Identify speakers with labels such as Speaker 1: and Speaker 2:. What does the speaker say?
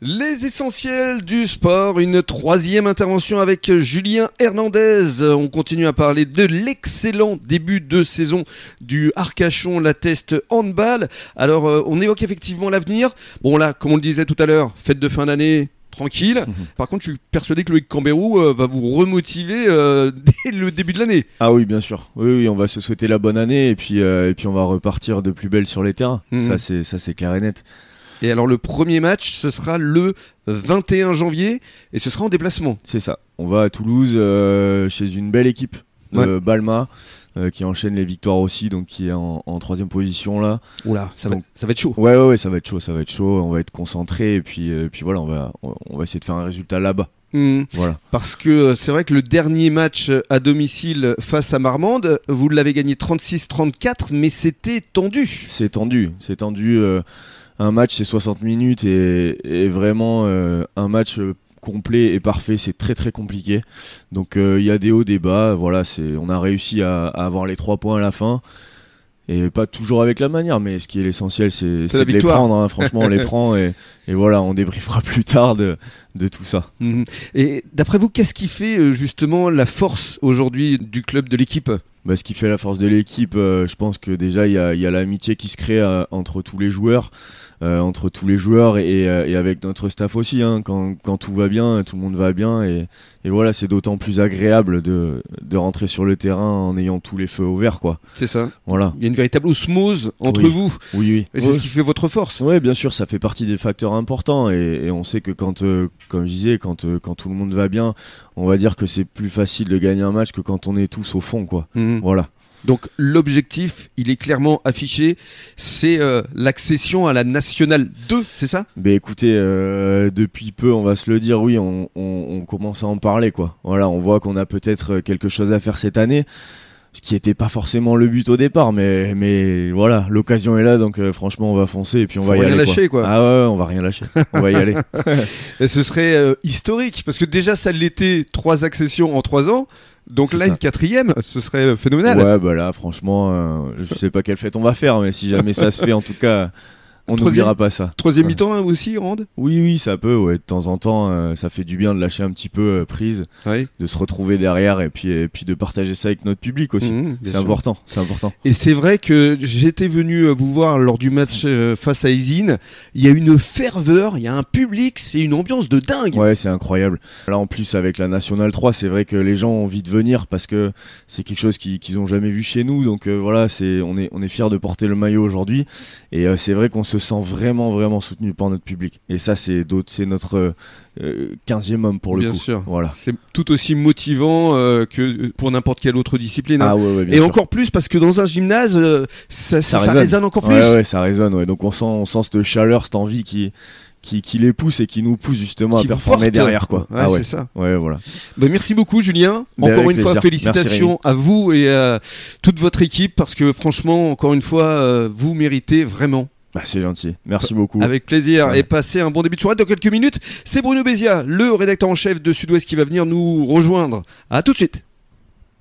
Speaker 1: Les essentiels du sport, une troisième intervention avec Julien Hernandez. On continue à parler de l'excellent début de saison du Arcachon La Teste Handball. Alors euh, on évoque effectivement l'avenir. Bon là, comme on le disait tout à l'heure, fête de fin d'année, tranquille. Par contre, je suis persuadé que Loïc Cambérou euh, va vous remotiver euh, dès le début de l'année.
Speaker 2: Ah oui, bien sûr. Oui, oui, on va se souhaiter la bonne année et puis, euh, et puis on va repartir de plus belle sur les terrains.
Speaker 1: Mhm.
Speaker 2: Ça, c'est, ça, c'est clair et net.
Speaker 1: Et alors le premier match, ce sera le 21 janvier et ce sera en déplacement.
Speaker 2: C'est ça. On va à Toulouse euh, chez une belle équipe, de Balma, euh, qui enchaîne les victoires aussi, donc qui est en, en troisième position là.
Speaker 1: Oula, ça va,
Speaker 2: Donc-
Speaker 1: ça va être chaud.
Speaker 2: Ouais, ouais, ouais, ça va être chaud, ça va être chaud. On va être concentré et puis, euh, puis voilà, on va, on, on va essayer de faire un résultat là-bas.
Speaker 1: Mhm.
Speaker 2: Voilà.
Speaker 1: Parce que euh, c'est vrai que le dernier match euh, à domicile face à Marmande, euh, vous l'avez gagné 36-34, mais c'était tendu.
Speaker 2: C'est tendu, c'est tendu. euh, un match, c'est 60 minutes et, et vraiment euh, un match euh, complet et parfait, c'est très très compliqué. Donc euh, il y a des hauts, des bas. Voilà, c'est, on a réussi à, à avoir les trois points à la fin. Et pas toujours avec la manière, mais ce qui est l'essentiel, c'est,
Speaker 1: la
Speaker 2: c'est de les
Speaker 1: victoire.
Speaker 2: prendre. hein. Franchement, on les prend et, et voilà, on débriefera plus tard de, de tout ça.
Speaker 1: Mhm. Et d'après vous, qu'est-ce qui fait euh, justement la force aujourd'hui du club de l'équipe
Speaker 2: Bah, ce qui fait la force de l'équipe, euh, je pense que déjà il y a, il y a l'amitié qui se crée euh, entre tous les joueurs, euh, entre tous les joueurs et, euh, et avec notre staff aussi. hein. quand, quand tout va bien, tout le monde va bien et, et voilà, c'est d'autant plus agréable de, de rentrer sur le terrain en ayant tous les feux ouverts, quoi.
Speaker 1: C'est ça.
Speaker 2: Voilà.
Speaker 1: Il y a une véritable osmose entre
Speaker 2: Oui.
Speaker 1: vous.
Speaker 2: Oui, oui.
Speaker 1: Et c'est ce qui fait votre force.
Speaker 2: Oui, bien sûr, ça fait partie des facteurs importants et, et on sait que quand, euh, comme je disais, quand, euh, quand tout le monde va bien, on va dire que c'est plus facile de gagner un match que quand on est tous au fond, quoi.
Speaker 1: Mhm.
Speaker 2: Voilà.
Speaker 1: Donc l'objectif, il est clairement affiché, c'est euh, l'accession à la nationale 2, c'est ça
Speaker 2: Ben écoutez, euh, depuis peu, on va se le dire, oui, on, on- on commence à en parler, quoi. Voilà, on voit qu'on a peut-être euh, quelque chose à faire cette année, ce qui n'était pas forcément le but au départ, mais, mais voilà, l'occasion est là, donc euh, franchement, on va foncer et puis on
Speaker 1: Faut
Speaker 2: va y
Speaker 1: rien
Speaker 2: aller.
Speaker 1: lâcher, quoi.
Speaker 2: Ah ouais, ouais, on va rien lâcher, on va y aller.
Speaker 1: Et ce serait euh, historique, parce que déjà ça l'était, trois accessions en trois ans. Donc
Speaker 2: C'est
Speaker 1: là,
Speaker 2: ça.
Speaker 1: une quatrième, ce serait euh, phénoménal.
Speaker 2: Ouais, bah là, franchement, euh, je sais pas quelle fête on va faire, mais si jamais ça se fait, en tout cas, on
Speaker 1: Troisième-
Speaker 2: n'oubliera pas ça.
Speaker 1: Troisième mi-temps hein, aussi, Rand
Speaker 2: Oui, oui, ça peut, ouais, de temps en temps, euh, ça fait du bien de lâcher un petit peu euh, prise,
Speaker 1: Oui.
Speaker 2: de se retrouver derrière et puis, et puis de partager ça avec notre public aussi. C'est important, c'est important.
Speaker 1: Et c'est vrai que j'étais venu euh, vous voir lors du match euh, face à Isine. Il y a une ferveur, il y a un public, c'est une ambiance de dingue.
Speaker 2: Ouais, c'est incroyable. Là, en plus, avec la Nationale 3, c'est vrai que les gens ont envie de venir parce que c'est quelque chose qui- qu'ils n'ont jamais vu chez nous. Donc euh, voilà, c'est on est, on est fiers de porter le maillot aujourd'hui. Et euh, c'est vrai qu'on se sent vraiment, vraiment soutenu par notre public. Et ça, c'est d'autres, c'est notre euh, euh, 15e homme pour le
Speaker 1: bien
Speaker 2: coup.
Speaker 1: sûr.
Speaker 2: Voilà.
Speaker 1: C'est tout aussi motivant euh, que pour n'importe quelle autre discipline. hein.
Speaker 2: Ah ouais, ouais, bien
Speaker 1: Et
Speaker 2: sûr.
Speaker 1: encore plus parce que dans un gymnase, euh, ça, ça-
Speaker 2: Ça
Speaker 1: ça résonne.
Speaker 2: résonne.
Speaker 1: encore plus.
Speaker 2: Ouais, ouais, ça résonne. Ouais. Donc on sent, on sent cette chaleur, cette envie qui, qui, qui les pousse et qui nous pousse justement
Speaker 1: Qui
Speaker 2: à
Speaker 1: vous
Speaker 2: performer
Speaker 1: porte.
Speaker 2: derrière, quoi.
Speaker 1: Ouais,
Speaker 2: ah ouais.
Speaker 1: c'est ça.
Speaker 2: Ouais, voilà.
Speaker 1: Ben, merci beaucoup, Julien.
Speaker 2: Ben,
Speaker 1: encore
Speaker 2: avec
Speaker 1: une fois,
Speaker 2: plaisir.
Speaker 1: félicitations à vous et à toute votre équipe parce que franchement, encore une fois, euh, vous méritez vraiment
Speaker 2: Bah, c'est gentil. Merci beaucoup.
Speaker 1: Avec plaisir.
Speaker 2: Ouais.
Speaker 1: Et passez un bon début de soirée. Dans quelques minutes, c'est Bruno Bézia, le rédacteur en chef de Sud-Ouest qui va venir nous rejoindre. À tout de suite.